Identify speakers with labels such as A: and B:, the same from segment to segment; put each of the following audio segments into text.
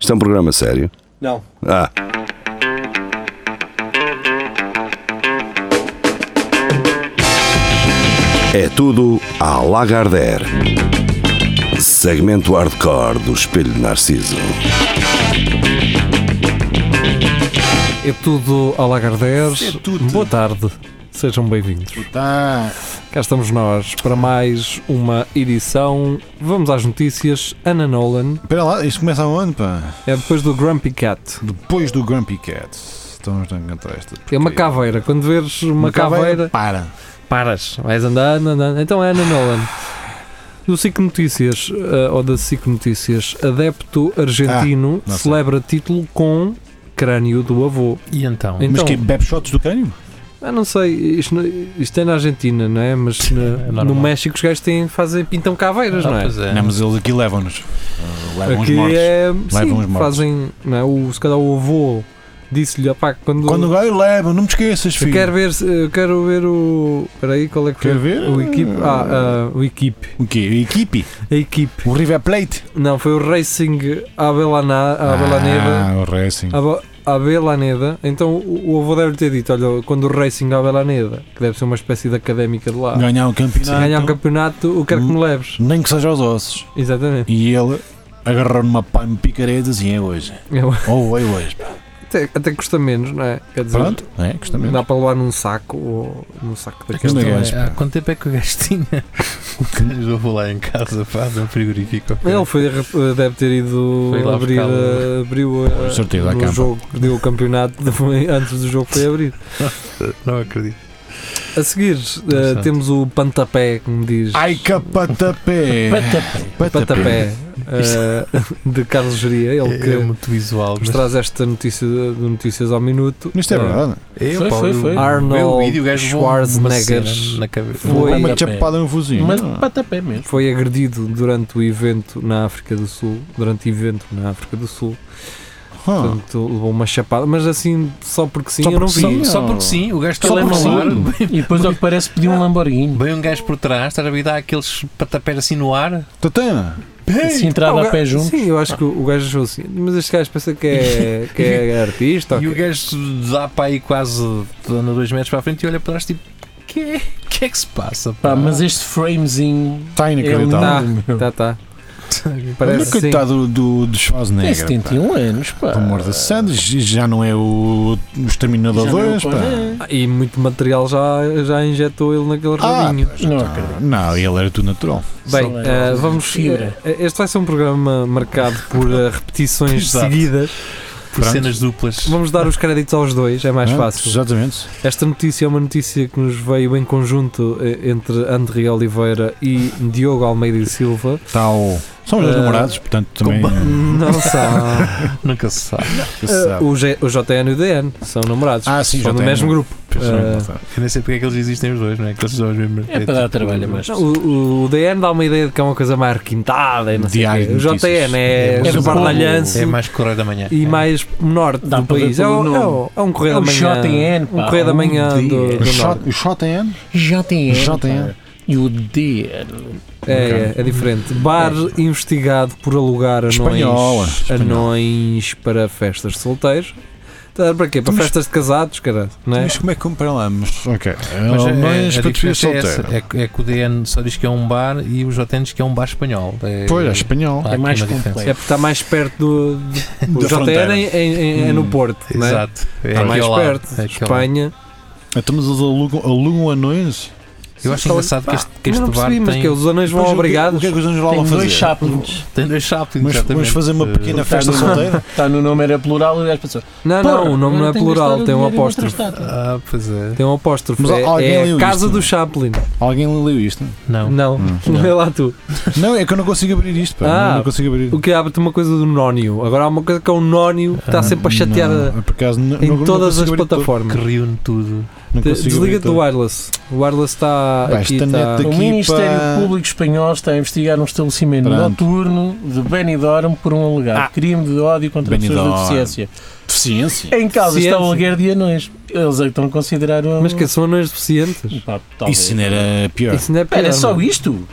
A: Isto é um programa sério.
B: Não.
A: Ah, é tudo à Lagardère. Segmento hardcore do Espelho de Narciso.
C: É tudo ao Lagardère.
D: É tudo.
C: Boa tarde. Sejam bem-vindos.
D: Tá.
C: Cá estamos nós para mais uma edição. Vamos às notícias. Ana Nolan
D: Espera lá, isto começa aonde, pá?
C: é depois do Grumpy Cat.
D: Depois do Grumpy Cat. Estamos a encontrar esta.
C: É uma
D: porcaria.
C: caveira. Quando veres uma,
D: Uma
C: caveira,
D: Para.
C: paras. Vais andando, andando. Então é Ana Nolan. Do SIC Notícias, eh, ou da SIC Notícias, adepto argentino
D: Ah, não sei.
C: celebra título com crânio do avô.
E: E então?
C: Então,
D: Mas que bebe shots do crânio?
C: Ah, não sei, isto, não- isto é na Argentina, não é? Mas na-
E: É normal.
C: no México os gajos têm, fazem, pintam caveiras, não
E: Ah,
C: é?
E: pois é.
D: Não, mas eles aqui levam-nos. Uh, Levam os
C: Aqui
D: mortos.
C: é.
D: Levam os
C: Sim,
D: mortos.
C: fazem. Não é? o, se calhar o avô disse-lhe, opá, quando.
D: Quando o gajo leva, não me esqueças,
C: eu
D: filho.
C: quero ver, se- eu quero ver o. Espera aí, qual é que foi?
D: Quer ver?
C: O equipe. Ah, ah, o equipe.
D: O quê? A equipe?
C: A equipe.
D: O River Plate?
C: Não, foi o Racing Abelana, Abelaneda.
D: Ah, o Racing.
C: Abe- Abelaneda. Então o, o avô deve ter dito, olha, quando o Racing Abelaneda, que deve ser uma espécie de académica de lá,
D: Ganhar um Hum.
C: se
D: campeonato.
C: ganhar um campeonato, o que é que me leves?
D: Nem que seja aos ossos.
C: Exatamente.
D: E ele agarrou numa pá em picaretas e é hoje.
C: Eu-
D: Ou é hoje, pá.
C: até, até custa menos, não é? Quer dizer,
D: Pronto, é, custa menos.
C: Dá para levar num saco ou num saco
E: A
C: daqueles.
E: questão
D: Ainda
E: é,
D: gajo,
E: há
D: pá.
E: quanto tempo é que o gajo tinha? O que eu vou lá em casa, pá, no frigorífico. ok.
C: Ele foi, deve ter ido
E: Foi lá
C: abrir,
E: buscar o-
C: eh, abriu
D: O sorteio da
C: o
D: campa.
C: jogo, que deu o campeonato de- antes do jogo foi abrir.
E: Não acredito.
C: A seguir eh, temos o pantapé, como diz.
D: Ai, capatapé!
C: Pantapé eh, de Carlos Geria, ele
E: É, é
C: que
E: muito visual.
C: nos
E: Mas...
C: traz esta notícia de de Notícias ao Minuto.
D: Isto é
C: Eh,
D: verdade.
E: É,
C: Foi,
E: pá,
C: foi,
E: eu-
C: foi.
E: eu-
C: Arnold
E: eu vi o gajo levou uma
C: Schwarzenegger
E: cena na cabeça.
C: foi-
D: Foi uma
C: Pontapé.
D: chapada no fuzinho.
E: Mas patapé mesmo.
C: Foi agredido durante o evento na África do Sul. Durante evento na África do Sul.
D: Ah,
C: Portanto, levou uma chapada, mas assim, só porque sim,
D: Só
C: eu não
D: porque
C: vi.
D: sim.
E: Só, só
D: não.
E: porque sim, o gajo está
D: Só
E: lá a
D: porque
E: malar.
D: sim.
E: Bem,
F: E depois, ao que parece, pediu um Lamborghini.
E: bem um gajo por trás, estás a ver, dá aqueles patapés assim no ar.
D: Tatana!
F: Se
C: Ah, o
F: entrava a
C: ga-
F: pé junto.
C: Sim, eu acho que o o gajo achou assim, mas este gajo pensa que é, que é artista. ok.
E: E o gajo dá para aí quase anda dois metros para a frente e olha para trás tipo, que é, que é que se passa?
F: Pá, mas este framezinho.
D: Está
F: É lindo,
D: inacreditável.
F: meu.
C: Tá, tá.
D: Olha,
C: Parece assim. sim.
D: coitado do, do, do
F: Tem
D: Schwarzenegger. pá.
F: 71 anos, um, pá.
D: Pelo amor de Sandes, já não é o, o Exterminador
F: Já não é o
D: 2, pá.
F: Conan.
C: Ah, E muito material já, já injetou ele naquele
D: Ah,
C: rabinho.
D: pá, já
F: Não
D: tá- não, ele era tudo natural.
C: Bem,
F: Só é
C: ah,
F: uma
C: vamos.
F: fibra.
C: eh, este vai ser um programa marcado por ah, repetições
E: Exato.
C: seguidas.
E: por cenas duplas.
C: Vamos dar os créditos aos dois, é mais
D: Não,
C: fácil.
D: né? Exatamente.
C: Esta notícia é uma notícia que nos veio em conjunto eh, entre André Oliveira e Diogo Almeida e Silva.
D: Tá o- São os dois
C: Eh,
D: namorados, portanto também.
C: Não são.
E: Nunca se sabe.
D: se
C: Ah,
D: sabe.
C: o, G, o JN e o DN são namorados.
D: Ah, sim,
C: são do
D: JN.
C: mesmo grupo.
E: Eu nem sei porque é que eles existem os dois, não é? Que eles são os mesmos. tipo,
F: É para dar trabalho, mas.
C: Não, o, o DN dá uma ideia de que é uma coisa mais requintada e não sei o
D: Diário
C: quê. O
D: de notícias.
C: JN é,
F: É
C: é
F: do
C: bardalhanço
E: É mais correio da manhã.
C: e
E: É.
C: mais norte
F: Dá
C: do
F: para ver
C: país. É,
F: pelo
C: o- é,
F: nome.
C: o- é um correio
F: É
C: da
F: o
C: manhã.
F: JN,
C: um
F: pá.
C: correio da
F: Um
C: manhã do,
E: dia.
C: é do
D: O shot-
C: norte.
D: é o JN?
F: JN.
D: JN.
F: pá. E o eh, DN.
C: É, é, é diferente. Bar investigado por alugar anões,
D: Espanhola, espanhola.
C: anões para festas de solteiros. Tá, Para quê? Para
D: Então, Mas-
C: festas de casados, caralho. Não é?
D: Mas como é que comparamos? Ok.
E: Mas, é,
D: Mas
E: é, a
D: patrulha
E: diferença é, essa.
D: solteira.
E: É que- é que o DN só diz que é um bar e o JN diz que é um bar espanhol. É,
D: Pois, é espanhol.
E: há
F: É
E: aqui
F: mais
E: uma diferença.
F: complexo.
C: É porque está mais perto do. do
D: Da
C: o JN
D: fronteira. Hum,
C: é, é- é- é no Porto, não é?
E: Exato. É
C: Está
E: aqui
C: mais
E: ao lado.
C: perto.
E: É aqui ao lado.
C: Espanha.
D: Então, mas eles alugam, alugam anões?
E: Eu acho engraçado que este, que
C: Ah, Eu
E: este
C: não
E: bar
C: percebi, mas
E: tem,
C: que os anões vão
D: O
C: obrigados.
D: que é que os anões lá vão
F: Tem dois
D: fazer?
F: chaplins.
E: tem dois shoppings.
D: Mas vamos fazer uma pequena
F: Está
D: festa
F: no-
D: solteira?
F: Está Tá no nome, era plural e o gajo pensou.
C: Não,
F: "Porra,
C: não, o nome não é
F: agora tenho que gastar o
C: plural, tem um
F: dinheiro em outra
C: apóstrofe.
F: estátua."
E: Ah, pois é.
C: Tem um apóstrofe.
D: Mas alguém
C: É, é
D: leu
C: a casa
D: isto,
C: do
D: não?
C: Chaplin.
D: Alguém leu isto?
E: Não.
C: Não, não é lá tu.
D: Hum. Não, é que eu não consigo abrir isto, pá.
C: Ah,
D: Eu não consigo abrir.
C: O que abre-te uma coisa do nónio. Agora há uma coisa que é um nónio que está sempre a chatear a-
D: Ah, Não, é por acaso, não- não-
C: em
D: não
C: todas as
D: consigo abrir todo.
E: Que
C: plataformas.
E: reúne tudo.
D: Não
C: Te-
D: consigo abrir
C: Desliga-te
D: todo.
C: do wireless. O wireless está
D: Pá,
C: aqui.
D: esta
C: Está...
D: net
F: O
D: Equipa-
F: Ministério Público Espanhol está a investigar um estabelecimento
D: Pronto.
F: noturno de Benidorm por um alegado crime de ódio contra
D: Benidorm.
F: pessoas de deficiência.
D: Deficiência?
F: É Em causa
C: Deficiência.
F: está o aluguer de anões. Eles é que estão a considerar um.
C: Mas que são anões deficientes.
F: Pá, talvez.
D: Isso não era pior.
C: Isso não é pior.
F: Espera, é só
C: não.
F: isto?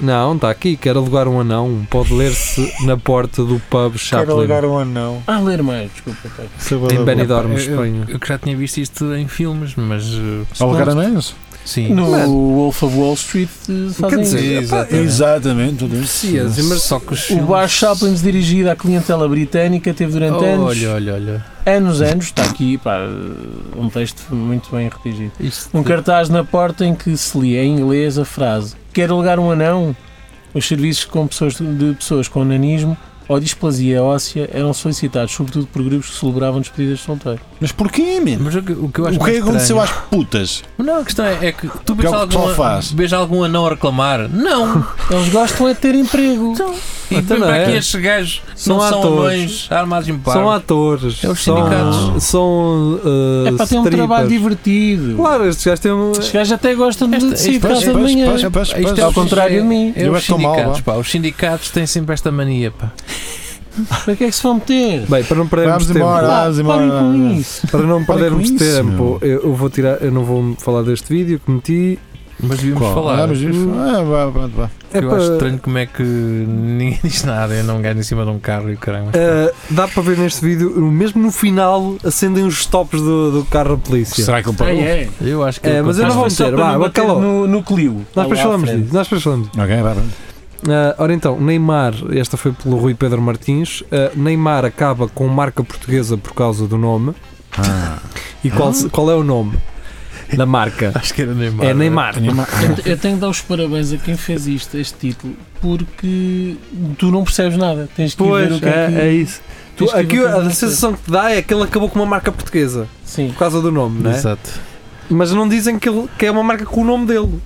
C: Não, está aqui. Quer alugar um anão. Pode ler-se na porta do pub
D: Quero
C: Chaplin,
D: alugar um anão.
F: Ah, ler mais, desculpa. tá.
C: em Benidorm,
E: Eu-
C: Espanha.
E: Eu que já tinha visto isto em filmes, mas. eh,
D: Alugar anões?
E: Sim.
F: No
C: Mano.
F: Wolf of Wall Street eh, fazem
C: dizer,
F: isso.
E: Exatamente.
D: Exatamente, tudo isso.
C: Sim, mas só que os
F: O
C: filmes-
F: bar Chaplin dirigido à clientela britânica teve durante anos,
E: Olha, olha, olha.
F: anos, anos, está aqui, pá, um texto muito bem redigido.
E: Isto
F: Um cartaz na porta em que se lia em inglês a frase Quer alugar um anão? Os serviços com pessoas de pessoas com nanismo ou displasia óssea eram solicitados sobretudo por grupos que celebravam despedidas de solteiro.
D: Mas porquê, man?
E: Mas o que, o que eu acho
D: O que é que
E: mais
D: aconteceu
E: estranho-
D: às putas?
E: Não, a questão é, é que tu
D: Que é
E: vês
D: o que o
E: algum,
D: pessoal faz.
E: vês algum anão a reclamar. Não!
F: Eles gostam é de ter emprego.
E: e
C: Então
E: depois
C: não
E: para
C: é.
E: que estes gajos
C: São
E: não são
C: atores.
E: anões armados em par?
C: São atores.
E: É os
C: são,
E: sindicatos.
C: São.
F: é
C: uh,
F: para ter um
C: strippers.
F: trabalho divertido.
C: Claro, estes gajos têm. um-
F: Estes gajos até gostam de
E: Esta-
F: sair de
E: esta-
F: casa de manhã.
D: pois, pois,
E: Isto
D: pois.
E: é
F: Ao
E: os-
F: contrário de mim.
E: É
D: Eu é
E: os
D: que estou mal,
E: sindicatos,
D: vá.
E: pá. Os sindicatos têm sempre esta mania, pá.
F: Para que é que se vão meter?
C: Bem, para não perdermos
D: Vamos
C: tempo.
D: embora.
F: Pá,
D: Parem
F: parem com
D: com
F: isso.
C: Para não
D: Para
C: perdermos
D: com isso,
C: tempo, eu, eu vou tirar. Eu não vou falar deste vídeo que meti.
E: Mas devíamos
D: Qual?
E: falar.
D: Ah, mas isso- ah, vá, pronto, vá.
C: É
E: eu
C: para-
E: acho estranho como é que ninguém diz nada. Eu não ganho em cima de um carro e o caramba.
D: É.
C: Uh, dá para ver neste vídeo, mesmo no final, acendem os stops do, do carro da polícia.
D: Será que um ele
F: Ah,
D: parou?
F: é.
E: Eu acho que
C: É,
E: eu
C: mas eu não
E: confesso-
C: vou
F: Mas só
C: meter.
F: para
C: Vá,
F: não bater
C: bacalhau.
F: No, no Clio.
C: Nós
F: Lá
C: depois
F: à
C: falamos
F: frente.
C: disso. Nós depois falamos. disso.
D: Ok, vá, vá.
C: Ah, ora então, Neymar, esta foi pelo Rui Pedro Martins. ah, Neymar acaba com marca portuguesa por causa do nome. E qual, se- qual é o nome da marca?
E: Acho que era Neymar.
C: É Neymar.
F: Eu te- Eu tenho que dar os parabéns a quem fez isto, este título, porque tu não percebes nada. Tens que ir ver o
C: Pois,
F: que é,
C: é,
F: que.
C: é isso. Tu-
F: tens que ir
C: aqui
F: ver o que é
C: a
F: que
C: sensação que te dá é que ele acabou com uma marca portuguesa
F: Sim,
C: por causa do nome, não é?
E: Exato.
C: Mas não dizem que, ele- que é uma marca com o nome dele.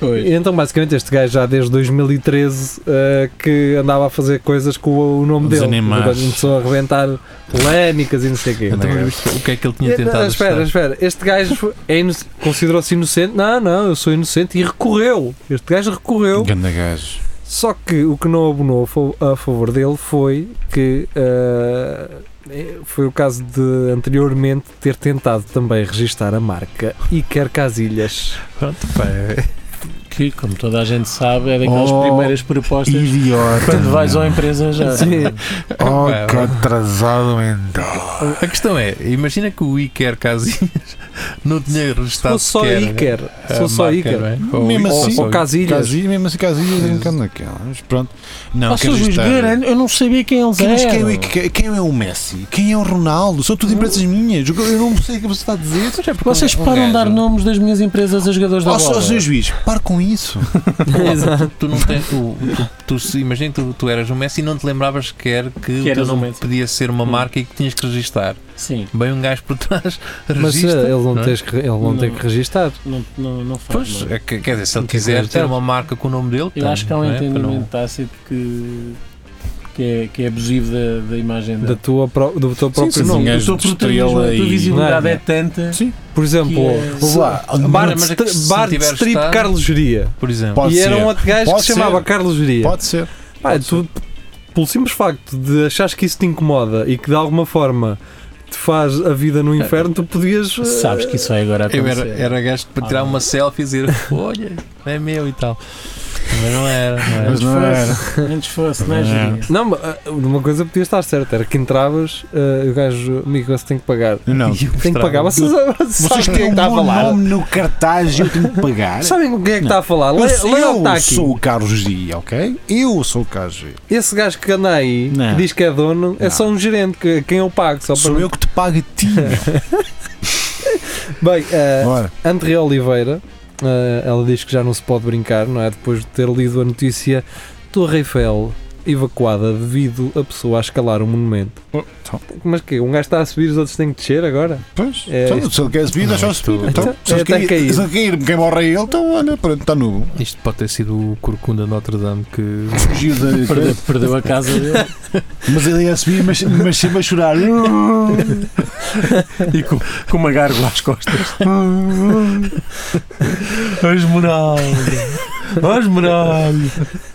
F: pois.
C: E Então, basicamente, este gajo já desde 2013 ah, que andava a fazer coisas com o, o nome
D: Os
C: dele.
D: animais.
C: Portanto, Começou a arrebentar polémicas e não sei o quê.
E: Eu
C: não é?
E: também visto o que é que ele tinha
C: Eh,
E: tentado.
C: não, espera,
E: estar.
C: espera. Este gajo foi- é ino- considerou-se inocente. Não, não, eu sou inocente e recorreu. Este gajo recorreu.
D: Ganda gajo.
C: Só que o que não abonou a fa- a favor dele foi que ah, eh, foi o caso de anteriormente ter tentado também registar a marca Iker Casilhas.
E: Pronto, pá. é-
F: Que, como toda a gente sabe, é daquelas
D: Oh,
F: primeiras propostas
D: Idiota.
F: quando vais à empresa já.
E: Ah,
C: Sim.
E: tá,
D: Oh,
E: Vai,
D: que
E: vai.
D: atrasado mental.
E: A questão é: imagina que o Iker Casinhas não tinha
C: Sou
E: registrado
C: só
E: sequer
C: Iker.
E: tá, né? a
C: Sou só
E: marca, não
C: Iker.
E: é? Ou
D: Mesmo
E: Iker,
D: assim-
E: só
C: Ou Casilhas.
D: Casilhas, mesmo assim, Casilhas é um bocado naquela. Mas pronto. Não,
F: Ah,
D: quero
F: Sr. Luís
D: estar-
F: Guerra, eu não sabia quem eles
D: Quem, mas quem, é,
F: eram.
D: que- quem é o Messi? Quem é o Ronaldo? São tudo empresas minhas. Eu eu não sei o que você está a dizer.
E: Mas é porque
F: Vocês
E: um- um
F: param de dar
E: gajo-
F: nomes das minhas empresas a jogadores da
D: Ó, só
F: bola.
D: seu juiz, pare com isso.
C: Exato.
E: Tu não tens. Tu, tu, tu, se- imagina tu, tu eras um Messi e não te lembravas sequer que,
F: Que
E: o teu
F: eras um
E: nome
F: Messi.
E: podia ser uma
F: Hum.
E: marca e que tinhas que registar.
F: Sim,
E: Bem, um gajo por trás
C: Mas eh,
E: registra.
C: ele não,
E: é?
C: tens que- ele não, tem
F: Não.
C: que registar.
F: não, não, não faz.
E: Pois,
F: não.
E: é que- quer dizer, se ele
C: Não tem
E: quiser ter
C: registro.
E: uma marca com o nome dele.
F: Eu
E: tem,
F: acho que há um
E: não é? Para
F: entendimento
E: não-
F: tácito que, que, é, que é abusivo da, da imagem
C: Da
F: dele.
C: tua, pró- do teu próprio
D: sim,
E: um
C: nome.
D: sim, é.
F: o
D: gajo
F: teu
D: de
F: protagonismo, a
D: estrela
F: tua
D: e-
F: visibilidade
C: Não é?
F: é tanta.
D: Sim.
C: Por exemplo,
F: Que é-
C: sei lá, Bar,
E: Mas é que
C: Stri-
E: se
C: Bar de
E: tiveres
C: Strip
E: estado-
C: Carlos Geria.
E: Por exemplo.
D: Pode
C: e era
D: ser.
C: um outro gajo
D: Pode
C: que se chamava
D: ser.
C: Carlos Geria.
D: Pode ser.
C: Pá, tu, pelo simples facto de achares que isso te incomoda e que de alguma forma te faz a vida no inferno, tu podias. eh,
F: Sabes que isso vai agora
E: Eu
F: acontecer.
E: era, era gajo para
F: Ah.
E: tirar uma selfie e dizer: Olha, é meu e tal. Mas não era. Não era.
D: Mas não era.
F: Antes fosse, antes fosse, não é,
D: Não era.
F: Júlio?
C: Não, mas, eh, uma coisa podia estar certa, era que entravas eh, e o gajo, amigo, você tem que pagar.
D: Não.
E: E eu
C: Tem que
E: mostrava.
C: pagar. Vocês,
D: Vocês
C: sabem quem é que
D: têm o
C: está a
D: meu
C: falar?
D: nome no cartaz e eu tenho que pagar.
C: Sabem com quem é que
D: Não.
C: está a falar? Leia
D: eu
C: leia o que está
D: eu
C: tá aqui.
D: sou o Carlos Dia, ok? Eu sou o Carlos Dia.
C: Esse gajo que anda aí, que
D: Não.
C: diz que é dono, é
D: Não.
C: só um gerente, que, quem eu pago. Só
D: Sou
C: Então, para...
D: eu que te pago a ti.
C: Bem, eh,
D: Bora.
C: André Oliveira, eh, ela diz que já não se pode brincar, não é? Depois de ter lido a notícia Torre Eiffel evacuada devido a pessoa a escalar o monumento.
D: Oh, então.
C: Mas que Um gajo está a subir, os outros têm que descer agora?
D: Pois,
C: É
D: então,
C: isto.
D: se ele quer subir, deixa eu subir. Então,
C: Então,
D: se ele
C: até
D: quer
C: cair.
D: ir- se ele quer ir, quem morre é ele, então olha, pronto, está nu.
E: Isto pode ter sido o Corcunda Notre Dame que.
D: Fugiu da
F: Perdeu, perdeu a casa dele.
D: Mas ele ia subir, mas, mas sempre a chorar. Ah,
F: e com, com uma gárgula às costas. As moral.
E: Osmeralho!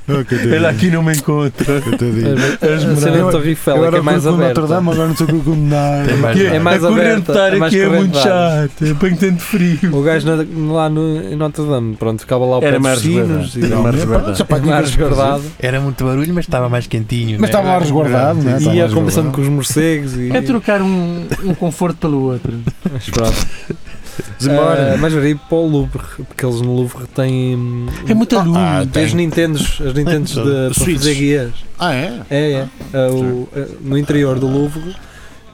D: Oh, coitadinho.
E: Ele aqui não me encontra.
D: Coitadinho.
C: A cena de Torre Eiffel é que é mais
D: fui com
C: aberta.
D: Notre Dame, agora não sei o que eu comi nada.
E: Tem mais
C: É
E: nada.
C: mais
E: a
C: aberta,
E: correntar
C: é mais
E: aqui é muito
C: correntada.
E: chata. Apanho tanto frio.
C: O gajo na- lá no, em Notre Dame, pronto, ficava lá o pé
F: Era
C: dos
F: mais
C: sinos e é? Tá
D: Não,
F: Era mais
D: mas pronto,
F: resguardado.
D: já para aqui
C: mais
D: para fazer.
C: resguardado.
E: Era muito barulho, mas estava mais quentinho.
D: Mas estava lá resguardado, né?
C: E ia conversando com os morcegos e.
F: É trocar um, um conforto pelo outro.
C: Mas pronto.
D: Embora.
C: Ah, mas era ir para o Louvre, porque eles no Louvre têm. hum,
F: É muita luz.
D: Ah,
C: Tem as Nintendos, as Nintendos de, para
D: Switch.
C: fazer guias.
D: Ah, é?
C: É, é. Ah, o- ah, no interior do Louvre,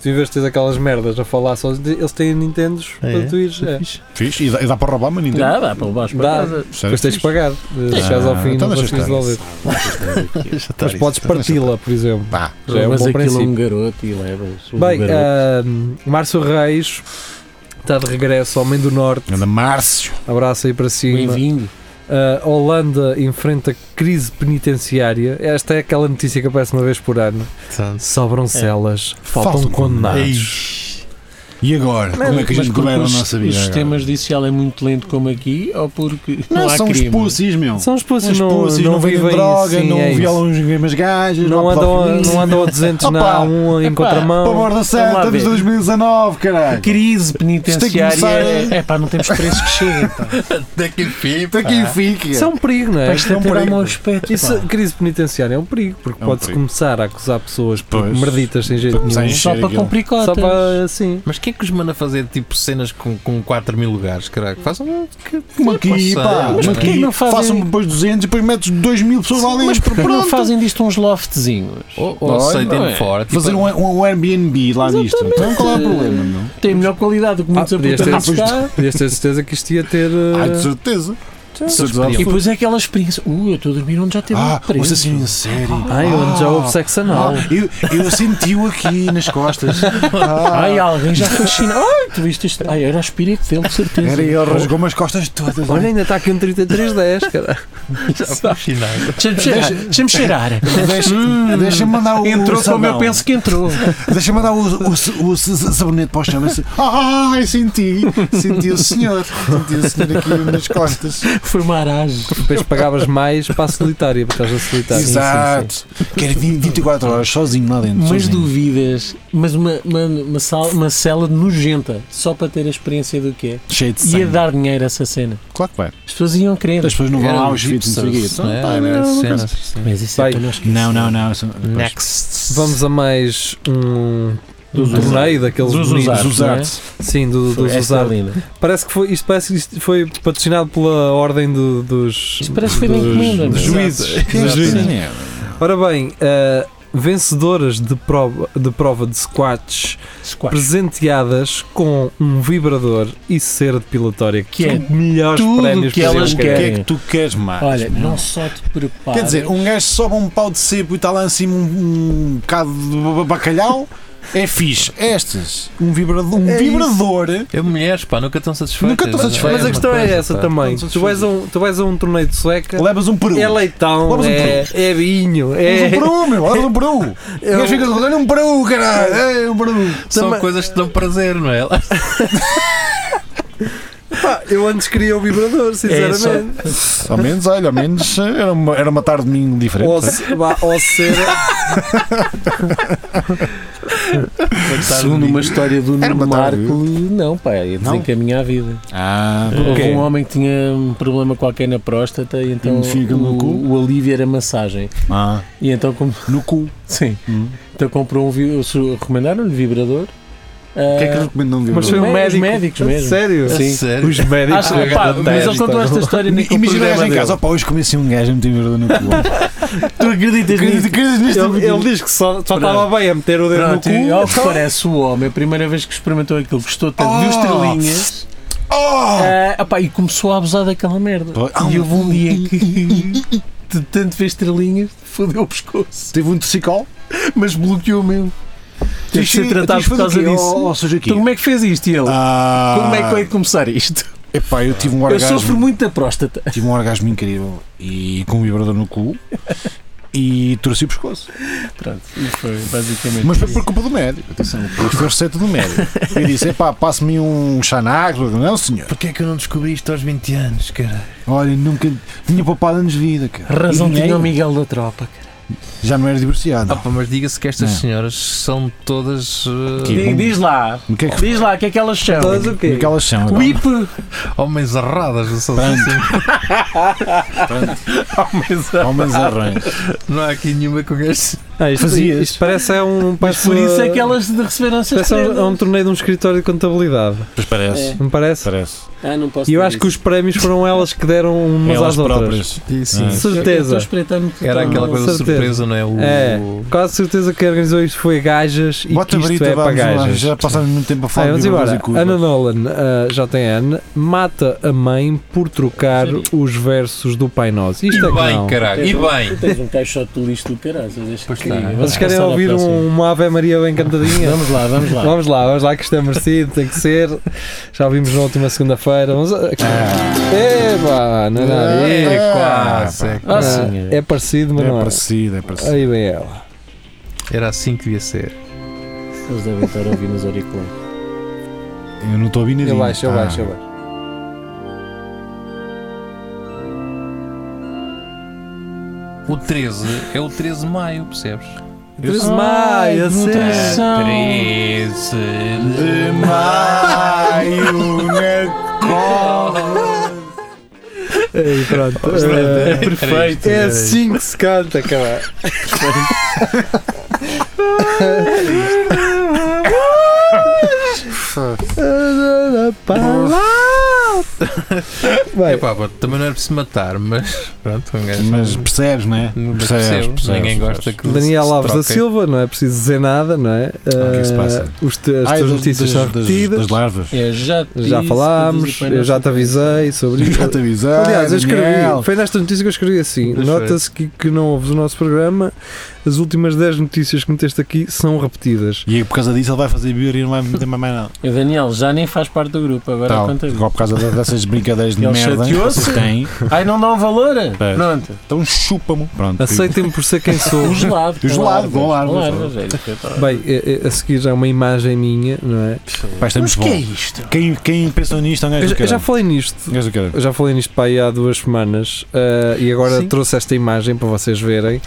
C: tu em vez de teres aquelas merdas a falar só, eles têm Nintendos
E: Ah, é?
C: para tu ires. É.
D: Fixe. E dá, e dá para roubar, mas Nintendo.
F: Dá, dá para levar para
C: Dá.
F: casa.
D: Sério?
C: Depois tens de pagar. Se chegares ao fim e
D: então
C: não
D: deixa
C: consegues
D: estar.
C: devolver. Mas
E: Mas
C: podes
D: então
C: parti-la, por exemplo.
D: Pá.
C: Já é um
F: Mas
C: bom
F: aquilo é
C: princípio.
F: um garoto e levas. o
C: Bem,
F: garoto.
C: ah, Márcio Reis está de regresso, Homem do Norte.
D: Anda Márcio.
C: Abraço aí para
F: ah,
C: cima.
F: Bem-vindo.
C: Ah, A Holanda enfrenta crise penitenciária. Esta é aquela notícia que aparece uma vez por ano.
E: Tá.
F: É.
C: Sobram celas, faltam,
D: Faltam
C: condenados.
D: E agora? como é que a gente
F: porque
D: governa a
F: os-
D: nossa vida?
F: O
D: agora?
F: sistema judicial é muito lento como aqui, ou porque não,
D: Não,
F: há
D: são
F: crime.
D: os pussies,
C: São
D: meu.
C: os
D: São os
C: pussies, não,
D: pussies,
C: não,
D: não vendem
C: vivem
D: droga,
F: assim,
C: sim,
D: não
C: é isso.
D: violam as mesmas gajas,
C: Não
D: há
C: andam, a,
D: pedofilia.
C: não andam a 200 na A1
D: Opa,
C: em
F: epá,
D: Para a
C: contramão.
D: borda
F: Vamos lá
D: santa, estamos
F: ver.
D: em 2019,
F: A
D: caralho.
F: crise penitenciária
D: começar
F: é, é pá, não temos preços que cheguem. pá.
E: Daqui fim.
D: Até
F: Ah.
D: quem Então fica.
C: Isso é um perigo, não é?
F: Vais
D: é um
F: tentar dar
D: perigo.
F: mau aspecto. pá.
C: Isso, crise penitenciária é um perigo, porque
D: É um
C: pode-se
D: perigo.
C: começar a acusar pessoas por
D: Pois.
C: merditas sem jeito
D: Para começar a
C: nenhum.
D: encher
F: Só para
D: aquilo.
F: cumprir cotas.
C: Só para assim.
E: Mas quem é que os manda fazer tipo cenas com, com 4 mil lugares? Caraca, façam um. que-
D: Uma aqui,
E: Pois
D: pá,
E: é,
F: mas
D: uma
F: porquê
D: aqui,
F: não fazem-
D: façam depois 200 e depois metes 2 mil pessoas lá
F: Mas
D: dentro.
F: porquê não
D: Pronto.
F: fazem disto uns loftzinhos?
E: Ou, ou
F: Não,
E: aceitem
F: não
E: de
F: é.
E: fora. tipo,
D: Fazer um, um, um Airbnb lá disto. Então qual é o problema, meu?
F: Eh, Tem melhor qualidade do que muitos
C: Ah, podias ter-
F: apartamentos cá.
C: Podias ter certeza que isto ia ter. uh,
D: Ah, de certeza. De certeza.
F: E depois é aquela experiência. Uh, eu estou a dormir onde já teve
D: Ah,
F: um preso.
D: ouça assim em sério.
C: Ai, onde já houve sexo anal.
D: Ah, eu, eu senti-o aqui nas costas.
F: Ai,
D: Ah,
F: alguém já foi chinado. Ai, tu viste isto? Ai, era o espírito dele, de certeza.
D: era ele, rasgou umas costas todas.
C: Olha, ainda está aqui um 3310, cara.
E: Já fui chinado.
F: Deixa-me cheirar. Deixa-me cheirar.
D: Deixa- Deixa-me mandar o
F: Entrou
D: o sabão.
F: como eu penso que entrou.
D: Deixa-me mandar o, o, o, o sa- sabonete para o chão. Assim, Ah, eu senti. Senti o senhor. Senti o senhor aqui nas costas.
F: Foi uma aragem.
C: Depois pagavas mais para a solitária, por causa da solitária.
D: Exato. Quero 20, 24 horas sozinho lá dentro.
F: Mas
D: sozinho.
F: duvidas, mas uma, uma, uma, sal, uma cela nojenta, só para ter a experiência do que é.
D: Cheio de
F: Ia
D: sangue.
F: dar dinheiro a essa cena.
D: Claro que vai.
F: As pessoas iam querer.
D: As pessoas não vão
E: Era
D: lá
E: um
D: aos vídeos.
E: hipsters, né? Era cenas, sim.
F: Mas isso é
C: Vai.
F: para nós.
D: é? Não, não, não. é isso-
E: Next.
C: Vamos a mais um, um
F: Dos
C: torneio daqueles
F: Dos
C: bonitos.
F: usados, não é?
C: Sim, do, dos
F: Esta é
C: usados.
F: linda.
C: Parece que foi, isto parece que isto foi patrocinado pela ordem do- dos.
F: Isto parece que foi da
C: dos-
F: encomenda,
C: dos
F: não é?
C: juízes.
D: Sim,
C: Dos juízes.
D: sim.
C: Ora bem, ah, vencedoras de prova de, prova de squats
F: Squash.
C: presenteadas com um vibrador e cera depilatória, que
F: Que é
C: são melhores
F: tudo
C: prémios
F: que
C: eu
F: elas
D: O que
C: quero.
D: é que tu queres mais?
F: Olha,
D: meu?
F: não só te preparas.
D: Quer dizer, um gajo sobe um pau de sebo e está lá em cima um, um bocado de bacalhau. É fixe. Estas, um vibrador. Um
C: É isso.
D: vibrador.
E: É mulheres, pá, nunca estão satisfeitas.
D: Nunca estão
E: Mas-
D: satisfeitas.
C: Mas a
E: uma
C: questão é
E: coisa,
C: essa
E: pá.
C: também.
D: Todos os
C: Tu vais, a um, tu vais a um torneio de sueca.
D: Levas um peru.
C: É leitão,
D: Levas um
C: é, é vinho,
D: Levas um
C: é.
D: peru, meu. Levas um peru.
C: é
D: O gajo fica olha um peru, caralho. É um peru.
E: São
C: Também-
E: coisas que dão prazer, não é?
C: Pá, eu antes queria o vibrador, sinceramente.
D: Ao menos, olha, ao menos eh, era uma, era uma tarde de mim diferente.
C: ou, se- vá, ou cera.
F: segundo uma história do
D: Era
F: Nuno
D: uma tarde.
F: Marco, não, pá, ia
D: Não?
F: desencaminhar a vida.
D: Ah,
F: Houve
C: Ok.
F: um homem que tinha um problema qualquer na próstata e então
D: E fica no cu?
F: o, o alívio era massagem.
D: ah,
F: E então, como,
D: no cu.
F: sim,
D: Hum.
F: então comprou um vi- su- recomendaram-lhe vibrador.
D: O que é que
F: Ah,
D: recomendam de
C: Mas
D: vibrador?
C: foi um
F: Os
C: médico.
F: médicos mesmo.
C: Sério?
F: Sim.
E: Sério?
C: Os médicos.
F: Ah, acho-
D: é
F: pá, mas ele contou esta história no
D: tá? Imagina o gajo
F: programa
D: em
F: dele.
D: casa, opa, hoje comecei um gajo a meter vibrador no cu.
F: Tu acreditas nisso?
D: Acreditas acreditas nisto?
C: Ele, ele diz que só, só
F: Pronto.
C: estava bem a meter o dedo
F: Pronto, e
C: no
F: ao
C: cu. Então,
F: que parece é o homem, a primeira vez que experimentou aquilo, gostou tanto,
D: Então? Oh!
F: viu estrelinhas
D: Oh!
F: ah, opá, e começou a abusar daquela merda.
D: Pô, ah,
F: e houve um dia que, de tanto ver estrelinhas, fodeu o pescoço.
D: Teve um torcicol?
F: mas bloqueou mesmo. Teve de
D: é,
F: ser tratado por causa disso.
G: oh,
D: Ou seja, aqui.
F: Então como é que fez isto? E ele?
D: oh, Ah,
F: Como é que eu hei de começar isto?
D: Epá, eu tive um
F: Eu
D: orgasmo.
F: sofro muito da próstata.
D: Tive um orgasmo incrível e com um vibrador no cu.
B: e torci o pescoço.
F: Pronto, e foi basicamente.
D: Mas foi
F: isso.
D: por culpa do médico. Atenção, isto foi receita do médico. Eu disse: é pá, passe-me um xanago. Não, senhor.
G: Porquê é que eu não descobri isto aos 20 anos, cara?
D: Olha, nunca tinha poupado anos de vida, cara.
F: Razão
D: E
C: um
F: tinha o
D: dinheiro.
F: Miguel da Tropa, cara.
D: Já não era divorciado.
C: Ah.
E: Opa, mas diga-se que estas
D: Não.
E: senhoras são todas. eh,
D: Que-
F: Di- Diz lá,
D: O que é que
F: diz lá, o que é que elas são?
C: Todas então, o quê?
D: o que elas são? agora?
F: WIP!
E: eh, homens arradas, não são
D: Pronto.
E: assim.
D: Homens arranjos.
E: Não há aqui nenhuma com este.
C: Ah, isto,
D: Fazias.
C: isto parece é um. Parece
F: Por isso é
C: uma-
F: que elas de- receberam essas
C: Parece um, é um
F: coisas.
C: torneio de um escritório de contabilidade.
B: Pois parece.
C: Não parece?
B: Parece.
F: Ah, É, não posso
C: E eu
F: dizer
C: acho que
F: isso.
C: os prémios foram elas que deram umas
B: Elas
C: às outras.
B: próprias.
E: Sim.
B: Ah.
F: Eu estou
C: Certeza.
F: a espreitar no total.
E: É. Era aquela coisa de
C: certeza.
E: surpresa, não é? O...
C: É. Quase certeza que organizou isto foi gajas e
D: Bota
C: que
D: a
C: isto
D: brita,
C: é para
D: vamos lá.
C: gajas.
D: Já passamos muito tempo a
C: Ah,
D: falar
C: vamos
D: de
C: embora.
D: e curvas.
C: Ana Nolan, ah, JN, mata a mãe por trocar
F: Sério?
C: os versos do Pai Nosso.
E: E
C: Isto é que
E: bem,
C: não.
E: caralho, e
F: Tu
E: bem.
F: tens um caixote do lixo do caralho, deixa
E: Pois
F: que-
E: está.
F: vamos
C: Vocês querem
F: passar à
C: ouvir um-
F: próxima.
C: uma Ave Maria bem cantadinha?
F: Vamos lá, vamos lá.
C: Vamos lá, vamos lá, que isto é merecido, tem que ser. Já ouvimos na última segunda-feira. Vamos. a- Epá, não é nada.
E: É,
D: Ah,
E: quase. é
F: Ah,
E: quase.
F: sim.
C: É parecido, mas
D: É
C: não é.
D: parecido, é parecido.
C: Aí vem ela.
E: Era assim que devia ser.
F: Eles devem estar a ouvir nos auriculares.
D: Eu não estou a ouvir Ah, nada.
C: Eu baixo, eu baixo, eu baixo.
E: O 13 é o 13 de maio, percebes?
C: 13 de maio, a sério.
F: São-
E: 13
D: De maio
C: né?
D: na cola.
C: Ei, pronto. Eh,
E: Perfeito.
C: É assim que se canta, cara.
E: É
C: Bem,
E: pá, também não era para se matar, mas pronto, um gajo.
D: Mas percebes, não é?
E: Mas
D: Percebes,
E: percebo,
D: percebes,
E: ninguém gosta que.
C: Daniel
E: se
C: Alves da
E: troquem.
C: Silva, não é preciso dizer nada, não é?
D: o que é que se passa?
C: Eh, os te- as
D: Ai,
C: tuas
D: das-
C: notícias
D: das-
C: são
D: das-
C: repetidas.
D: Das larvas.
F: É, já, te
C: já
F: disse,
C: falámos,
F: eu
C: eu já te avisei sobre isso.
D: Já te avisei.
C: Aliás, eu escrevi,
D: Daniel.
C: foi nesta notícia que eu escrevi assim:
E: Pois
C: nota-se que, que não ouves o nosso programa, as últimas 10 notícias que meteste aqui são repetidas.
D: E por causa disso ele vai fazer bior e não vai meter mais nada.
F: O Daniel já nem faz parte do grupo, agora
D: Tal,
F: conta
D: igual por causa de- dessas brincadeiras de
F: Ele
D: merda que
F: chateou-se.
D: vocês têm.
F: Ai, não dão valor?
D: Pois.
F: Pronto.
D: Então chupa-me. Pronto.
C: Aceitem-me por ser quem sou.
F: O gelado. tá
D: O gelado,
F: com
D: com larvas.
F: larvas, é isso que eu tava-
C: Bem, eh, eh, a seguir já uma imagem minha, não é?
D: Pá, isto é
F: Mas
D: muito
F: que é
D: bom.
F: isto?
D: Quem, quem pensou nisto é um
C: Eu,
D: gajo
C: já-
D: do
C: eu já
D: caralho.
C: falei nisto.
D: Um gajo do caralho.
C: Eu já falei nisto para aí há duas semanas eh, e agora
E: Sim.
C: trouxe esta imagem para vocês verem.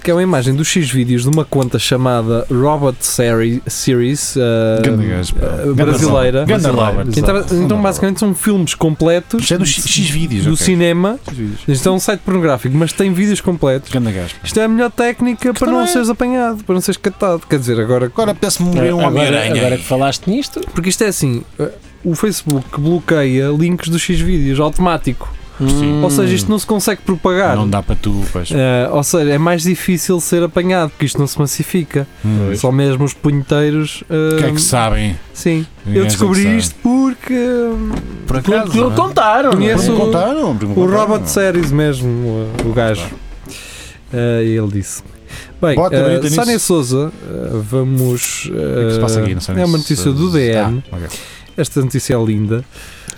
C: Que é uma imagem dos X vídeos de uma conta chamada Robot Seri- Series eh,
D: Ganda Um gajo, pá.
C: eh,
D: Ganda
C: brasileira.
D: Robert. Ganda Robert.
C: Que entrava- então,
D: Ganda
C: basicamente, são filmes completos
D: Isto é dos X-Vídeos.
C: do
D: ok.
C: cinema.
D: X-Vídeos.
C: Isto é um site pornográfico, mas tem vídeos completos.
D: Ganda gajo. pá.
C: Isto é a melhor técnica para não
D: também- é.
C: seres apanhado, para não seres catado. Quer dizer, agora. é
D: Agora peço-me morrer um
F: É, agora,
D: Homem-Aranha.
F: agora que falaste nisto,
C: Porque isto é assim: eh, o Facebook bloqueia links dos X vídeos automático.
F: hum,
C: Ou seja, isto não se consegue propagar.
D: Não dá para tu, pois.
C: Eh, ou seja, é mais difícil ser apanhado porque isto não se massifica.
D: Hum.
C: Só mesmo os punheteiros. eh,
D: O que é que sabem? Um
C: Sim.
D: Ninguém
C: Eu descobri
D: sabe.
C: isto porque hum,
E: Por
F: tu- tu
E: acaso. não é?
F: contaram. não é?
C: Conheço-
D: Não me
C: o-
D: contaram, não me
C: o
D: contaram.
C: Robot Series mesmo, eh, o gajo. Eh, e ele disse. Bem,
D: Bota a
C: eh,
D: brita
C: Sónia
D: nisso.
C: Souza, eh, vamos.
D: O que é que se passa
C: eh,
D: aqui? Não sei
C: é uma
D: se-
C: notícia do DN.
D: Ah, ok.
C: Esta notícia é linda.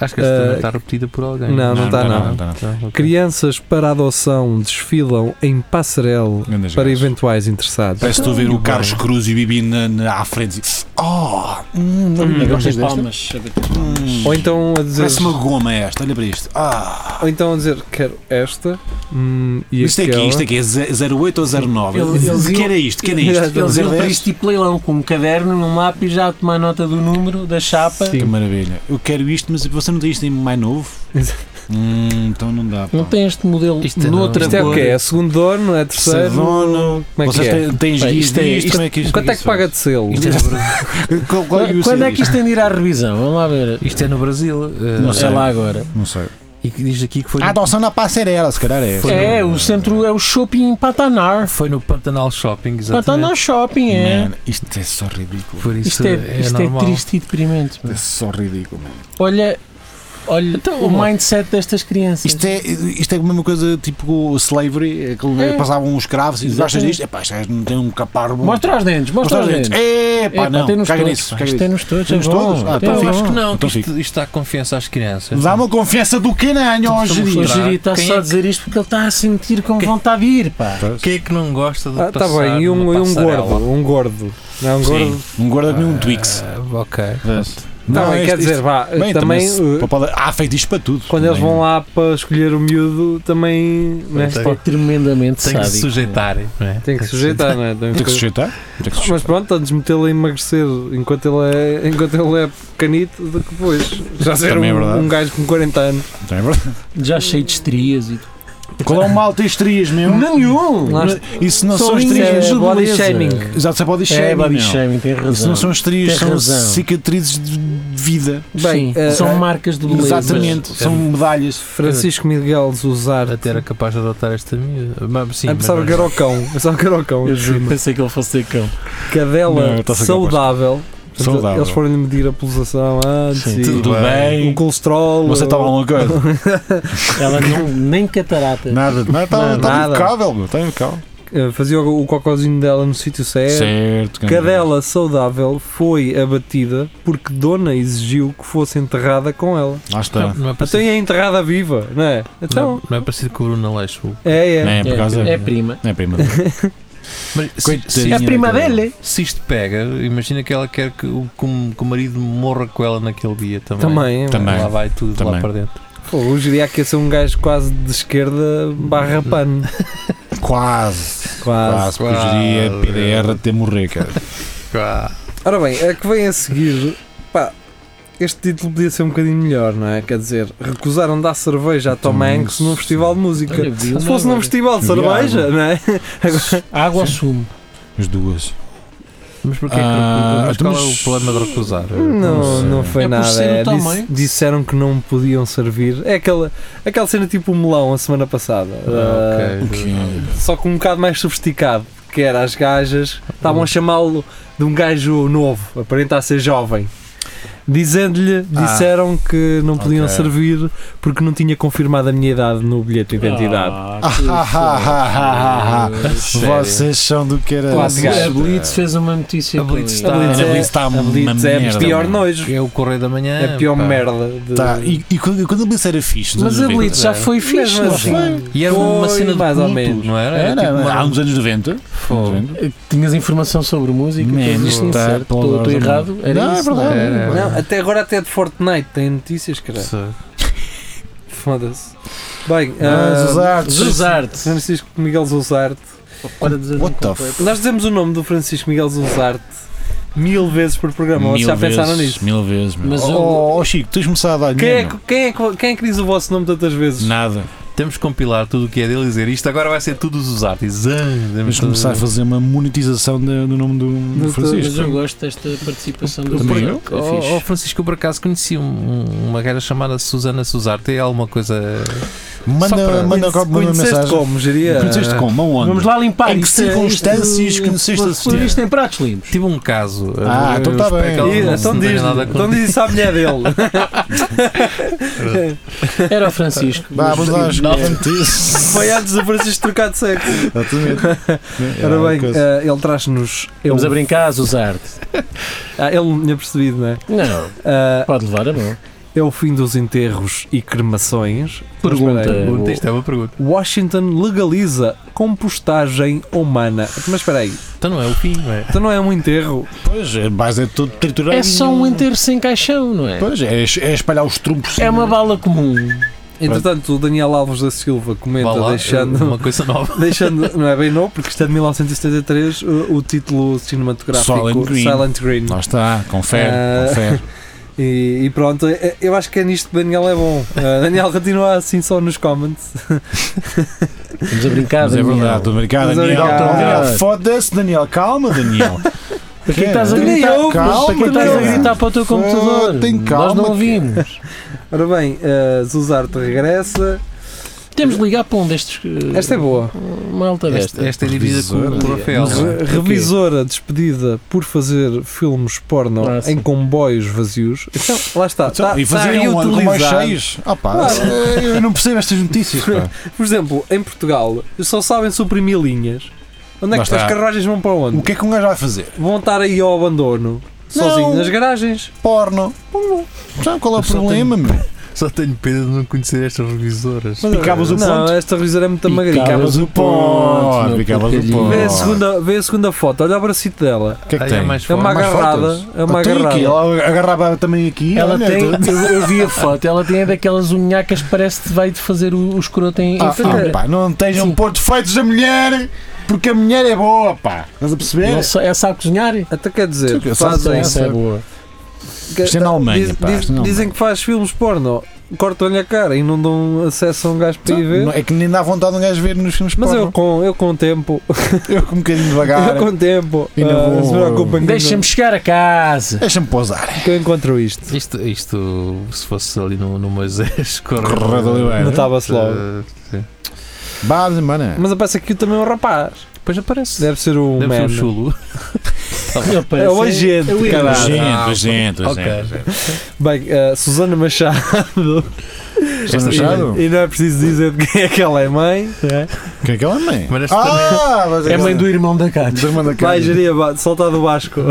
E: Acho que esta também
C: Eh,
E: está repetida por alguém.
C: não, não está,
D: tá,
C: não.
D: tá,
E: Tá, ok.
C: Crianças para adoção desfilam em passarela
D: Grandes
C: para
D: gajos.
C: eventuais interessados.
D: Parece que estou a ver o Carlos Cruz e o Bibi na, na- à frente e Oh! Hum, não
F: Hum,
D: hum,
F: Gostas
D: gostas
F: de
D: desta?
F: palmas.
D: Hum,
C: Ou então a dizer.
D: parece uma goma esta, olha para isto. Ah!
C: Ou então a dizer, quero esta hum, e
D: Isto
C: aquela.
D: aqui, isto aqui é ze- 08 ou 09.
F: Eles- eles
D: que
F: iam-
D: era isto? Que era
C: Eles
D: isto?
F: Eles iam para
D: 010?
F: é isto tipo leilão com um caderno, um lápis, já tomar nota do número, da chapa.
D: Que maravilha. Eu quero isto, mas você não tem isto em mais novo?
C: Exato.
D: Hum, então não dá.
F: Não
D: pá.
F: tem este modelo
E: Isto não-
F: noutra
C: Isto é o
F: cor.
C: quê? É segundo dono? É terceiro?
D: Sadono.
C: Como é que
D: Vocês
C: é?
D: têm- tens
F: Bem,
D: guias
F: isto é-
D: disto?
F: isto-
D: Como é que isto-
C: Quanto é que paga de selo?
E: Isto é no Brasil.
D: Qual- qual é o
F: Quando, quando é
D: serviço?
F: que isto tem de ir à revisão? Vamos lá ver.
E: Isto é no Brasil. eh,
F: Não sei lá agora.
D: Não sei. Ah,
E: E que diz aqui que
F: Ah,
E: foi
D: A
E: no,
D: adoção na passarela, se calhar é.
E: Foi
F: É,
E: no-
F: o centro é o shopping em Patanar.
E: foi no Pantanal Shopping, exatamente.
F: Patanar Shopping, é.
D: Man, isto é só ridículo.
E: Por isso
F: Isto
E: é,
F: é, isto é
E: normal.
F: triste e deprimente.
D: Isto
F: mano.
D: é só ridículo, mano.
F: Olha, Olha
E: Então,
F: o
E: amor.
F: mindset destas crianças.
D: Isto é, isto é a mesma coisa tipo slavery, aquele,
F: É.
D: passavam os escravos e tu gostas
F: Exatamente.
D: disto, epá, este gajo não tem um capar bom.
F: Mostra os dentes, mostra, os dentes.
D: É, pá,
F: Epá,
D: não,
F: tem-nos
D: caga
F: todos,
D: nisso,
F: pá,
D: caga
F: isto
D: nisso.
F: tem-nos todos, é
D: Tem-nos
F: bom,
D: todos? Ah,
F: tem
D: então
F: bom.
D: fixe.
E: Acho que não,
D: Então
E: que isto, isto dá confiança às crianças.
D: Dá uma confiança do né, caralho, ó,
E: Somos
F: O
D: Jiri.
E: todos.
F: Jiri está
E: Quem
F: só
E: é
F: a dizer isto porque ele está a sentir com
E: Quem-
F: vontade de ir, pá.
E: Quem é que não gosta de
C: Ah, tá
E: passar
C: bem, e um,
E: numa
C: e um
E: passarela?
C: gordo, um gordo. Não, um gordo.
D: Um guarda com um Twix.
E: Ah, ok.
F: é,
C: Tá
D: Não,
C: bem,
D: isto-
C: quer dizer,
D: isto-
C: vá,
D: bem,
C: também,
D: se-
C: uh,
D: papalda- há feitiços Ah, para tudo.
C: quando eles
D: um-
C: vão lá para escolher o miúdo, também né,
E: Tem-
F: É tremendamente
D: né?
E: Tem que se
F: sádico.
E: sujeitar. não é?
C: tem que sujeitar, não é? Tem
D: Tem que
C: que-
D: sujeitar. Tem que sujeitar.
C: Mas pronto, antes metê-lo a emagrecer enquanto ele é, enquanto ele é pequenito, do que depois. Já ser um,
D: Também é verdade.
C: um gajo com 40 anos.
D: Então é verdade.
F: Já cheio de estrias e tudo.
D: Qual é o mal tens trias mesmo?
F: Nenhum!
C: Lá
D: Isso não são
F: Só
D: as
F: isso
D: trias
F: é
D: de
C: body
D: beleza.
C: shaming.
D: Exato, isso é body shaming.
F: É body
D: meu.
F: shaming, tem razão.
D: Isso não são as trias,
F: Tem
D: são
F: razão.
D: cicatrizes de de vida.
C: Bem,
F: Sim,
C: eh,
F: são
C: eh,
F: marcas de beleza.
D: Exatamente, são medalhas.
C: Francisco Miguel Zuzar.
E: Até era capaz de adotar esta miúda. Mas, sim,
C: Ah,
E: mas
C: pensava
E: não- é
C: que era o cão. Pensava que era o cão.
F: Eu juro, pensei que ele fosse ter cão.
C: Cadela
D: Não, tá só que eu gosto.
C: saudável. Portanto,
D: Saudável.
C: Eles foram-lhe medir a pulsação antes
F: Sim,
C: e
F: tudo
C: o
D: bem.
C: colesterol.
D: Você estava
C: o-
D: alguma coisa?
F: Ela não, nem catarata.
D: Nada, nada,
F: Não,
D: estava
C: nada.
D: impecável, meu, estava impecável.
C: eh, Fazia o, o cocôzinho dela no sítio certo.
D: Certo,
C: É, Cadela saudável foi abatida porque Dona exigiu que fosse enterrada com ela.
D: Lá
E: Não,
D: está.
E: não é
C: Então
E: parecido,
C: e é enterrada viva, não é? Então,
E: não, não é parecido com o Bruno Aleixo.
C: é, é.
D: É, por causa.
F: é, é prima.
D: É prima.
E: Mas se-
D: Coitadinha
E: se-
D: da Cadela.
E: Se isto pega, imagina que ela quer que o, que o- que o marido morra com ela naquele dia também.
C: Também, é.
D: Também.
E: Lá vai tudo
D: Também.
E: lá para dentro.
C: Pô, o Jiri há que ia ser um gajo quase de esquerda barra pano.
D: Quase.
C: Quase.
D: Quase. Porque eu diria PDR até morrer, cara.
E: Ah,
C: Ora bem, a que vem a seguir, pá, este título podia ser um bocadinho melhor, não é? Quer dizer, recusaram dar cerveja a Tom Hanks num festival de música.
F: Olha, viu,
C: Se fosse
F: não é?
C: num festival de
D: Viado.
C: cerveja, não é?
F: Água ao sumo.
D: As duas.
E: Mas porquê? que-
D: Ah,
E: mas qual é
D: mas-
E: o problema de recusar?
C: Hum. Não, não foi
F: É por
C: nada.
F: ser o
C: é, disse-
F: tamanho.
C: disseram que não podiam servir. É aquela, aquela cena tipo o melão a semana passada. Ah,
E: Ah, ok.
C: Só que um bocado mais sofisticado. Que era as gajas, estavam a chamá-lo de um gajo novo, aparentar ser jovem. Dizendo-lhe,
D: Ah.
C: disseram que não podiam
D: Ok.
C: servir porque não tinha confirmado a minha idade no bilhete de identidade.
F: Ah,
D: Ah,
F: que
D: ah, ah, ah, ah, ah.
E: Sério?
D: Vocês são do que era. assim?
C: Quase gajo.
F: A Blitz fez uma notícia
E: A
F: com
E: Blitz
F: isso.
E: está-
D: A
C: Blitz
D: Blitz está
C: a
D: Ah, uma
C: Blitz é
D: merda,
C: a pior
D: mano.
C: nojo.
E: É o correio da manhã.
C: É a pior
E: pá.
C: merda. de-
D: Tá, e, e quando, quando a Blitz era fixe, dos
F: Mas a
D: 90,
F: Blitz já foi fixe,
C: Mesmo
F: não é?
C: assim.
F: foi?
E: E era uma
C: Foi
E: cena de
C: mais ou
E: culto,
C: menos.
E: não era?
D: era, um
E: tipo uma-
D: há uns anos 90. Não,
F: Tinhas informação sobre música,
D: Man,
F: tudo isto,
D: está
F: certo?
D: pela
F: Estou
D: hora
F: estou
D: da
F: errado? Era
D: é
F: isso,
D: verdade.
E: era-
D: é verdade.
C: Não, até agora até de Fortnite tem notícias, cara.
E: Sim.
C: Foda-se. Bem,
D: Ah,
C: ah,
D: Zuzarte.
F: Zuzarte.
C: Francisco Miguel Zuzarte.
F: Para dizer
D: What the
F: completo.
C: Nós dizemos o nome do Francisco Miguel Zuzarte mil vezes por programa, vocês já pensaram nisso?
D: Mil vezes. meu.
F: Mas
D: oh,
F: eu-
D: oh, Chico, tens começado a dar
C: Quem é,
D: dinheiro,
C: que- quem, é, que- quem é que diz o vosso nome tantas vezes?
D: meu. Nada.
E: Temos que compilar tudo o que é dele e dizer isto agora vai ser tudo os artes.
D: Vamos começar a fazer uma monetização da- do nome do- do
C: Mas-
F: Mas
D: Francisco.
F: eu gosto desta participação do
D: Também eu.
F: Francisco. É fixe.
E: Oh, oh, Francisco, eu por acaso conheci um- um- uma gaja chamada Susana Suzarte. É alguma coisa.
D: Manda,
E: Só para-
D: Ah, manda, manda uma
C: Conheceste
D: mensagem.
C: como, geria?
D: Conheceste como? Aonde?
F: oh, Vamos lá limpar
D: Em que
F: isto é-
D: circunstâncias
F: isto-
D: que necessitas de
F: Tudo isto em pratos limpos.
E: Tive um caso.
D: Ah,
E: Eu-
D: então
E: eu
D: tá
E: espero
D: bem.
E: que ela
C: E-
E: não-
C: Então
E: não tenha
C: diz,
E: nada
C: então
E: contra-
C: diz isso à mulher dele.
F: Era o Francisco.
D: Vá, vamos lá.
F: Mas-
C: Foi antes do Francisco trocar de sexo.
D: Exatamente.
C: Ora
D: É,
C: bem,
D: coisa.
C: ah, ele traz-nos. eu-
F: Vamos a brincar, Zuzarte.
C: Ah, ele não tinha percebido, não é?
F: Não,
C: Ah,
F: pode levar a mão.
C: é o fim dos enterros e cremações. Mas
F: Pergunta.
D: tá
C: espera aí.
E: Pergunta, isto é uma pergunta.
C: Washington legaliza compostagem humana. Mas espera aí,
E: Então não é o fim, não é?
C: então não é um enterro?
D: Pois, é, mas é tudo triturado.
F: É só um enterro sem caixão, não é?
D: Pois, é, é espalhar os trumpos.
F: É uma bala comum.
C: Entretanto, o Daniel Alves da Silva comenta
E: Vá lá,
C: deixando.
E: Uma coisa nova.
C: Deixando, não é bem novo, porque isto é de 1973, o, o título cinematográfico
D: Silent Green. Ah.
C: Silent Green.
D: Lá está, confere,
C: Ah.
D: confere.
C: E, e pronto, eh, eu acho que é nisto que Daniel é bom. Ah, Daniel continua assim só nos comments.
F: Vamos a brincar,
D: Mas é
F: Daniel.
D: verdade, estou obrigado,
C: Mas
D: Daniel.
C: obrigado.
D: Daniel, foda-se, Daniel, calma, Daniel.
F: Para que estás a
D: Calma,
F: gritar?
C: eu,
D: calma,
F: Para que estás a
D: Daniel.
F: gritar para o teu computador?
D: tem
F: Nós
D: calma,
F: não ouvimos.
C: Ora bem, ah, Zuzarte regressa.
F: Temos de ligar para um destes. eh,
C: Esta é boa.
F: Malta
E: Esta,
F: desta.
E: esta é dividida com o Rafael.
C: Mas,
E: não é?
C: eh, revisora despedida por fazer filmes porno
F: Ah,
C: em
F: sim.
C: comboios vazios. Então, lá está. Tá-
B: e
C: tá
B: fazerem um ano com mais
C: reutilizado.
B: cheios.
D: Ah, pá, eu não percebo estas notícias. pá.
C: Por exemplo, em Portugal, só sabem suprimir linhas. Onde é
B: Lá
C: que
B: está.
C: as carruagens vão para onde?
B: O que é que um gajo vai fazer?
C: Vão estar aí ao abandono, sozinho
D: Não.
C: nas garagens.
D: Porno. Sabe qual é o
G: só
D: problema, meu?
G: Só tenho pena de não conhecer estas revisoras.
B: Picavas o
C: não,
B: ponto?
C: esta revisora é muito magrinha.
F: Picavas o ponto, meu
B: Picavas o
F: porcalhinho.
B: ponto.
C: Vê a, segunda, vê a segunda foto, olha o bracito dela.
D: O que é que
E: Aí
D: tem?
E: é mais
C: É uma
E: forte.
C: agarrada. É uma
D: Então, e aqui?
C: agarrada.
D: Ela agarrava também aqui.
F: Ela
D: olha,
F: tem,
D: então-
F: eu, eu vi a foto, ela tem é daquelas unhacas que parece que vai de fazer o, o escroto em, em
D: Ah,
F: frente.
D: ah, pá, não estejam
F: um Sim.
D: pôr defeitos da mulher, porque a mulher é boa, pá. Estás a
F: Não
D: perceber?
F: sa- é sabe cozinhar?
C: Até quer dizer,
D: Tu que sabes
C: fazem.
D: bem,
F: Essa é boa.
C: que-
D: Isto é na Alemanha,
C: diz-
D: pá,
C: diz-
D: isto é na
C: dizem que faz filmes porno, cortam-lhe a cara e não dão acesso a um gajo para ir ver.
D: Não, É que nem dá vontade de um gajo ver nos filmes
C: Mas eu
D: porno.
C: com, eu com o tempo,
D: Eu com um bocadinho
C: eu
D: devagar.
C: com o tempo,
D: ainda
C: ah,
D: vou-
C: se preocupem que
F: Deixa-me chegar a casa.
D: Deixa-me pousar.
C: que eu encontro isto.
E: Isto, isto, se fosse ali no, no Moisés Correia
D: Correia da Oliveira.
C: Notava-se logo.
E: eh,
D: Base, mano.
C: Mas aparece aqui também um rapaz.
E: Depois aparece.
C: Deve ser um
E: Deve ser um
C: man.
E: chulo.
F: Ele parece-
C: É o agente,
F: é o
C: caralho.
F: agente.
E: Ah,
B: gente,
E: ok.
C: Bem, ah, Susana Machado.
D: Susana Machado?
C: E, e não é preciso dizer de quem é que ela é mãe.
D: Quem é que ela é mãe?
E: Mas esta
D: Ah, mas
F: É a mãe do irmão da
D: da
F: Cátia.
D: irmã da
C: Vai,
D: Cátia.
C: geria, ba- soltar do Vasco.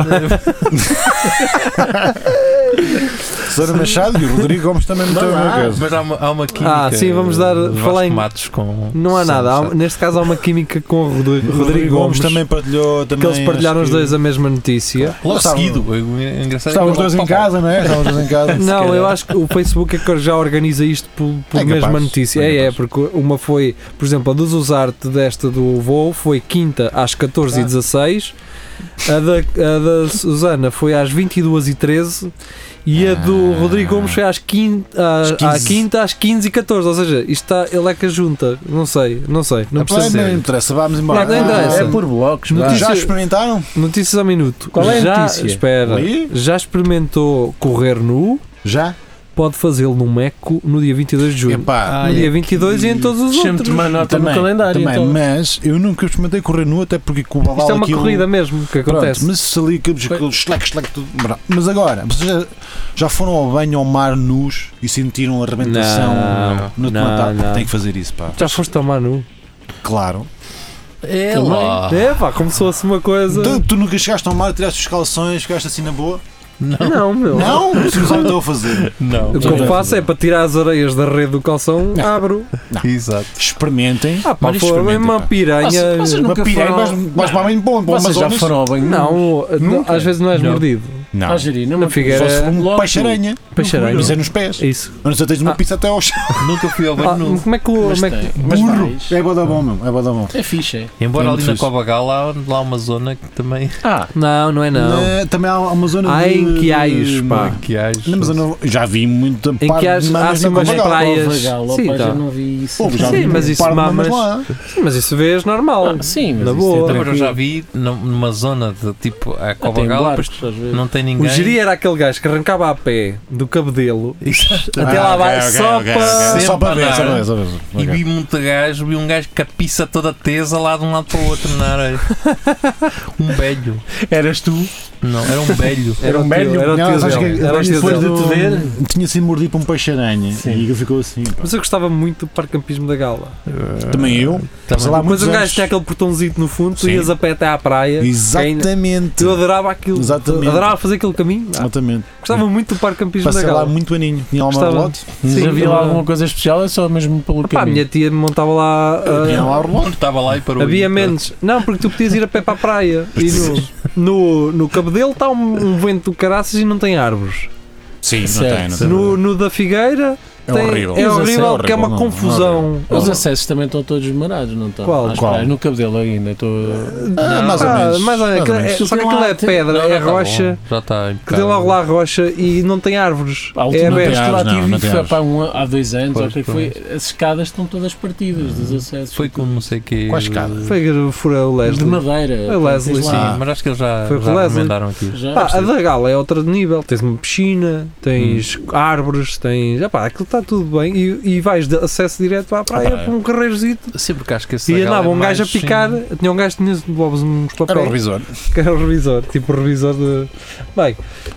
D: Susana Machado e o Rodrigo Gomes também não tem a mesma coisa.
E: Ah, Mas há uma, há uma química.
C: Ah, sim, vamos dar-
E: de Vasco
C: falar em-
E: Matos com.
C: Não há
E: Sam
C: nada. Há- um-
E: Machado.
C: neste caso há uma química com o Rodrigo,
D: O
C: Rodrigo Gomes.
D: também partilhou
C: que
D: também.
C: eles partilharam os
D: acho que-
C: dois a mesma notícia.
E: Logo
D: Estavam-
E: seguido. É engraçado.
D: Estavam os dois em casa, não é? Estavam os dois em casa.
C: Não, eu
E: calhar.
C: acho que o Facebook é que já organiza isto por, por
D: É capaz,
C: mesma notícia.
D: é
C: É, é,
D: capaz.
C: porque uma foi, por exemplo, a dos Usarte desta do voo foi quinta às 14h16, a da, a da Susana foi às 22h13 e a do Rodrigo Gomes foi às quinta, à, à
D: 15.
C: quinta às 15h14. Ou seja, isto está, ele é que a junta. Não sei, não sei. Não
D: Ah, pá,
C: percebo.
D: Não interessa, vamos embora.
C: Não, não interessa.
F: É por blocos.
C: Notícia-
D: Já experimentaram?
C: Notícias ao minuto.
F: Qual é a
C: já,
F: notícia?
C: Espera.
D: Ali?
C: Já experimentou correr nu?
D: Já?
C: Pode fazê-lo num Meco no dia 22 de junho.
D: Epá,
C: no Ah, dia 22 e em todos os
F: é Deixa-me
C: outros.
F: tomar nota
D: também,
F: no calendário.
D: também,
F: então.
D: mas eu nunca experimentei correr nu, até porque com o babal
C: Isto é uma
D: aquilo-
C: corrida mesmo que
D: Pronto,
C: acontece.
D: mas se ali que aquele slack, slack, tudo. Mas agora, vocês já, já foram ao banho ao mar nus e sentiram a arrebentação
C: Não,
D: no
C: não,
D: tomatado?
C: não.
D: Tem que fazer isso, pá.
C: Já foste ao Manu?
D: Claro.
E: É
F: Também.
E: lá.
C: É pá, começou-se uma coisa.
D: Tu, tu nunca chegaste ao mar, tiraste os calções, ficaste assim na boa?
C: Não, meu.
D: Não! Você não sabe o que estou a fazer.
E: Não.
C: O que eu faço é para tirar as areias da rede do calção, abro.
E: Exato.
D: Experimentem.
C: Ah pá,
D: Mas
C: foi
D: experimentem,
C: uma
D: pá.
C: piranha.
F: Vocês- vocês
D: Uma
F: nunca
D: piranha, mas,
F: foram-
D: mas para bem bom, para
F: Vocês já
D: Amazonas.
F: foram ao banho?
C: Não,
F: Nunca.
C: às vezes não és
E: Não.
C: mordido.
D: Não.
F: Ah, Giri, não
C: Na
F: me-
C: Figueira-
D: Só se for um
F: Logo
D: peixe-aranha.
C: Peixareiro.
D: Mas é nos pés.
C: Isso.
D: A não ser que tens uma
C: Ah.
D: pizza até ao chão.
E: Nunca fui ao banho
C: Ah,
E: nu.
C: como é que o.
F: Mas
C: como é
F: tem.
C: que-
F: Mas
D: Burro.
F: vais.
D: É badabom, meu. É badabom.
F: É fixe, é.
E: Embora
F: Tem
E: ali na
F: muitos.
E: Cova Gala, há- lá há uma zona que também.
F: Ah,
C: Não, não é não.
D: Na- Eh, também há uma zona
C: Há
D: de...
C: em Quiais, pá.
E: Que haja.
D: Não, mas eu não- já vi muito
C: Em
D: par
C: que há-
D: de
C: há
D: mamas
C: assim
D: na
C: umas
D: Cova Gala.
C: praias.
F: legal,
C: Sim,
F: opa,
C: tá.
F: já não vi isso.
D: Houve, já
C: Sim,
D: vi
C: mas
D: um
C: isso
D: par de mamas
C: mamas-
D: lá.
C: Sim, mas isso vês normal.
F: Ah, sim, mas
C: Na
F: isso
C: boa.
F: é
E: Também eu já
F: tranquilo.
E: vi num- numa zona de tipo a
F: Ah,
E: Cova
F: tem
E: Gala,
F: barcos,
E: depois
F: às vezes.
E: não tem
C: O
E: ninguém.
C: Giri era aquele gajo que arrancava a pé do cabedelo
E: Exato. Ah,
C: até lá vai
D: Ah,
C: só para.
E: ok.
D: É Só para ver, só para ver,
E: Sempre
D: só para ver.
E: E
D: Ok.
E: vi muito gajo, vi um gajo com a pizza toda tesa lá de um lado para o outro na areia. Um belho.
F: Eras tu?
E: Não, era um belho.
C: Era o
F: um
C: tio,
F: velho.
C: era o
D: Não, sabes
C: tio dele.
D: que
C: Era o tio
D: depois
C: dele.
D: de te
F: dele.
D: ver, tinha sido mordido por um peixe-aranha
F: Sim.
D: e ele ficou assim. pá.
C: Mas eu gostava muito do parcampismo da Gala.
D: Também eu. Sei lá, há
C: Mas
D: muitos
C: o gajo
D: anos.
C: tinha aquele portãozinho no fundo, tu
D: Sim.
C: ias a pé até à praia. Ainda-
D: Exatamente.
C: Eu adorava aquilo.
D: Exatamente.
C: Adorava fazer aquele caminho. Ah,
D: Exatamente.
C: gostava muito do parcampismo da
D: Passei lá
C: Gala.
D: muito aninho. Tinha lá uma
C: Gostava.
D: lote.
F: Mas
C: Sim,
F: havia lá
C: também.
F: alguma coisa especial? É só mesmo pelo
C: Pá, a minha
F: caminho.
C: tia me montava lá. ah,
D: Tinha lá o
E: Onde
D: relote.
E: estava lá e tá. parou.
C: havia menos. Não, porque tu podias ir a pé para a praia. E no, no, no Cabedelo está um, um vento do caraças e não tem árvores.
D: Sim,
F: Certo.
C: No, no da Figueira
D: É
C: tem-
D: horrível. é-
C: É
F: Mas
C: horrível,
F: essa é
C: que é uma
D: horrível, não,
C: confusão.
F: Os acessos também estão todos marados, não estão?
C: Qual?
F: Às
D: Qual?
F: praias, No cabelo ainda. Estou...
D: Ah, mais ou
C: Ah, mais ou
D: menos.
C: menos.
D: Mais ou menos.
C: Aquilo- é- Só que aquilo é pedra, é rocha.
E: Tá Já tá está.
C: Que tem logo lá a rocha e não tem árvores.
F: A
C: é
F: última vez
C: aberto.
F: que lá
D: Não, não
F: tive
D: tem
F: foi
D: aves.
F: pá, um, ano- há dois anos,
E: Pois,
F: ou o que é que foi, as escadas estão todas partidas dos acessos.
E: Foi com não sei o quê.
D: Quais escadas?
C: Foi que fura Uhum. o
F: de
C: Leslie.
F: madeira.
C: A Leslie,
F: tens
E: Sim,
F: lá-
D: Ah.
E: mas acho que eles já,
C: Foi com
E: já
C: Leslie.
E: recomendaram aqui.
F: Já,
C: Pá, a da Gala é outra de nível. Tens uma piscina, tens árvores, tens. Ah, pá, aquilo está está tudo bem. E, e vais de acesso direto à praia
E: praia.
C: para um carreirozito.
E: Sempre que acho que esse
C: E
E: legal
C: andava
E: é
C: um gajo a
E: mais, sim.
C: picar. Tinha um gajo que tinha uns- uns
B: Era o
C: papéis.
B: revisor.
C: Que era o revisor. Tipo o revisor de. Bem,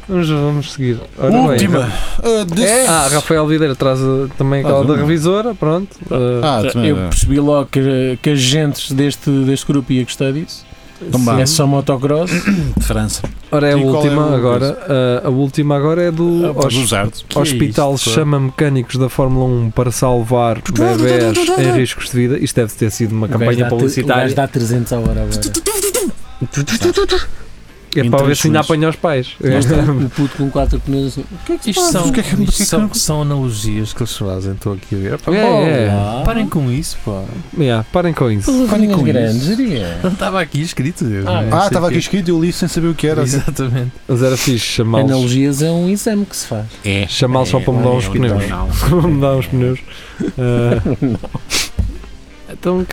C: vamos, vamos seguir. Ora bem.
D: Última. Ah, de-
C: é. Ah, Rafael Videira traz uh, também aquela
D: Traz
C: da
D: uma.
C: revisora, pronto. Uh,
D: Ah, também.
F: Eu percebi logo que, que agentes deste, deste grupo ia gostar disso.
D: Também.
F: É só motocross.
D: de França.
C: ora é a
D: e qual é
C: última
D: o-
C: agora. Uh, a última agora é do Hos-
D: Dos artes.
C: Hospital Chama Mecânicos da Fórmula 1 para salvar bebés em riscos de vida. Isto deve ter sido uma
F: O gajo
C: campanha
F: dá- O gajo
C: publicitária.
F: dá 300 a hora agora.
C: É para
F: Entre
C: ver
F: os
C: se ainda
F: juízes.
C: apanha os pais.
F: O puto com 4 pneus assim.
E: Isto são,
D: o que é que-
E: isto
D: o que é que
E: são,
D: não-
E: são analogias que eles fazem, estou aqui a ver. Pá,
C: É, é.
F: Olá.
E: Parem com isso, pá.
C: Yeah, parem com isso.
F: Palinhas
E: com
F: grandes,
E: isso.
F: diria.
E: Não estava aqui escrito.
C: É,
E: eu
F: Ah,
E: não
D: Ah,
E: sei
D: estava
E: o
D: aqui
E: quê.
D: escrito, eu li sem saber o que era. assim.
E: Exatamente.
C: Mas era fixe chamá-los
F: Analogias é um exame que se faz.
C: chamá só para mudar uns pneus. Para mudar uns pneus. Ah, então,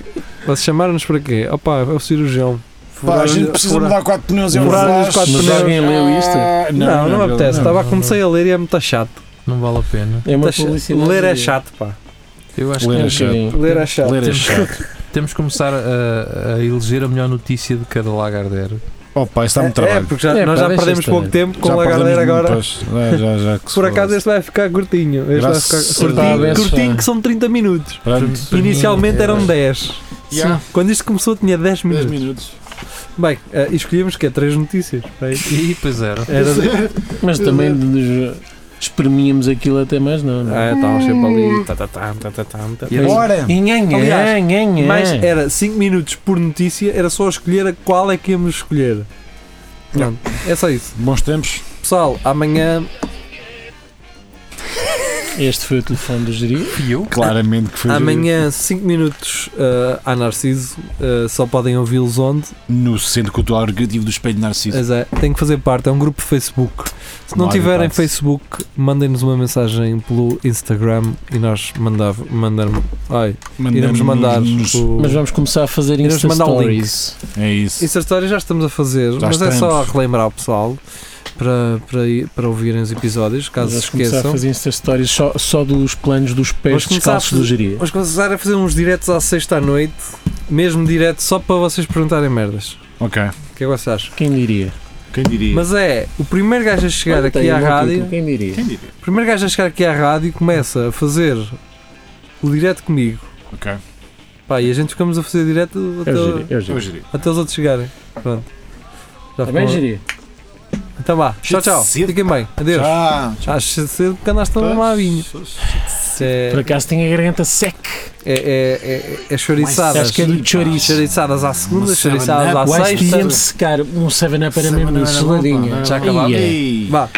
C: vocês chamaram-nos para quê? Opa, é o cirurgião.
D: Pá, a
C: Furaram-lhe-
D: gente precisa
C: fura-
D: mudar 4 pneus e um
C: Furaram-lhe os
D: flash.
C: quatro
F: Mas
C: pneus.
F: alguém leu isto?
D: Ah,
C: Não, não, me apetece. Estava a comecei a ler e é muito chato.
E: Não vale a pena.
F: É uma
C: Tá chato.
F: publicidade.
C: Ler é chato, pá.
E: Eu acho
F: É
E: que
F: um
D: Ler
F: bocadinho.
C: Ler é chato.
D: Ler é
E: Temos-
D: chato.
E: temos que começar a, a eleger a melhor notícia de cada lagardeiro.
D: Opa, isso dá muito
C: É,
D: trabalho.
C: É, porque já-
F: É,
C: nós
F: pá,
C: já
F: deixa
C: perdemos
F: estar.
C: pouco tempo com
D: Já
C: a Lagardeira
D: perdemos
C: agora.
D: muitas. Já, já, já que se
C: Por acaso é
D: foda.
C: este vai ficar curtinho. Este vai
D: Graças
C: ficar
D: a
C: curtinho,
F: Deus.
C: curtinho que são 30 minutos.
D: Pronto.
C: Inicialmente eram 10.
D: Yeah.
C: Quando isto começou tinha 10
D: 10
C: minutos.
D: minutos.
C: Bem, eh, e escolhíamos que é 3 notícias. bem,
E: E pois era.
C: Era
F: Mas também nos espremíamos aquilo até mais não. é? não.
C: Ah, estávamos sempre ali. Tá, tá, tá, tá, tá, tá, tá.
E: E
D: Ora!
C: Aliás,
F: É.
C: é- Mas
F: Mas
C: era 5 minutos por notícia, era só escolher a qual é que íamos escolher. Pronto, é só isso.
D: Bons tempos.
C: Pessoal, amanhã
F: Este foi o telefone do Jeri.
D: Claramente que foi
C: Amanhã, 5 minutos uh, a Narciso. uh, só podem ouvi-los onde?
D: no Centro Cultural Recreativo do Espelho Narciso.
C: Mas é, tem que fazer parte. É um grupo Facebook. Se não
D: Mário
C: tiverem
D: Paz.
C: Facebook, mandem-nos uma mensagem pelo Instagram e nós mandava, mandar, ai, iremos mandar. tipo,
D: Mandamos-nos-
C: o-
F: Mas vamos começar a fazer
C: Iremos
F: Insta
C: mandar o link.
F: Stories.
D: É isso.
C: Essa história já estamos a fazer,
D: Já
C: mas é só
D: estamos.
C: relembrar o pessoal para, para, ir- para ouvirem os episódios, caso se
F: Vamos começar a
C: esqueçam.
F: fazer Insta Stories só, só dos planos dos pés
C: Vamos começar
F: descalços
C: a fazer-
F: do Jeri.
C: Vamos começar a fazer uns diretos à sexta à noite, mesmo direto, só para vocês perguntarem merdas.
D: Ok.
C: O que é que vocês acham?
F: Quem diria?
D: Quem diria?
C: Mas é, o primeiro gajo a chegar
F: Olha,
C: aqui
F: tem
C: à
F: um bom
C: rádio,
F: título, Quem diria?
D: Quem diria?
C: o primeiro gajo a chegar aqui à rádio começa a fazer o direto comigo.
D: Ok.
C: Pá, e a gente ficamos a fazer direto
F: É o Jeri.
C: até,
F: É o
D: Eu
F: Jeri.
D: diria.
C: até os outros chegarem. Pronto.
F: Está
C: Já
F: É bem,
C: ficou.
F: Jeri?
C: Então vá, tchau, tchau.
D: Cedo,
C: Fiquem bem. Adeus.
D: Tchau.
C: Acho cedo porque andaste a tomar vinho. Isso É,
F: Por acaso tem a garganta seca.
C: é, é, é, é chouriçadas.
F: Acho que é do chouriço.
C: Chouriçadas à segunda,
D: Uma
C: chouriçadas
D: seven
C: à
F: O Ice
C: sexta.
F: secar um 7-up era
D: Semana
F: mesmo
D: era bom,
F: geladinho.
D: pá.
F: Ai, é.
D: Ei.
C: Vá,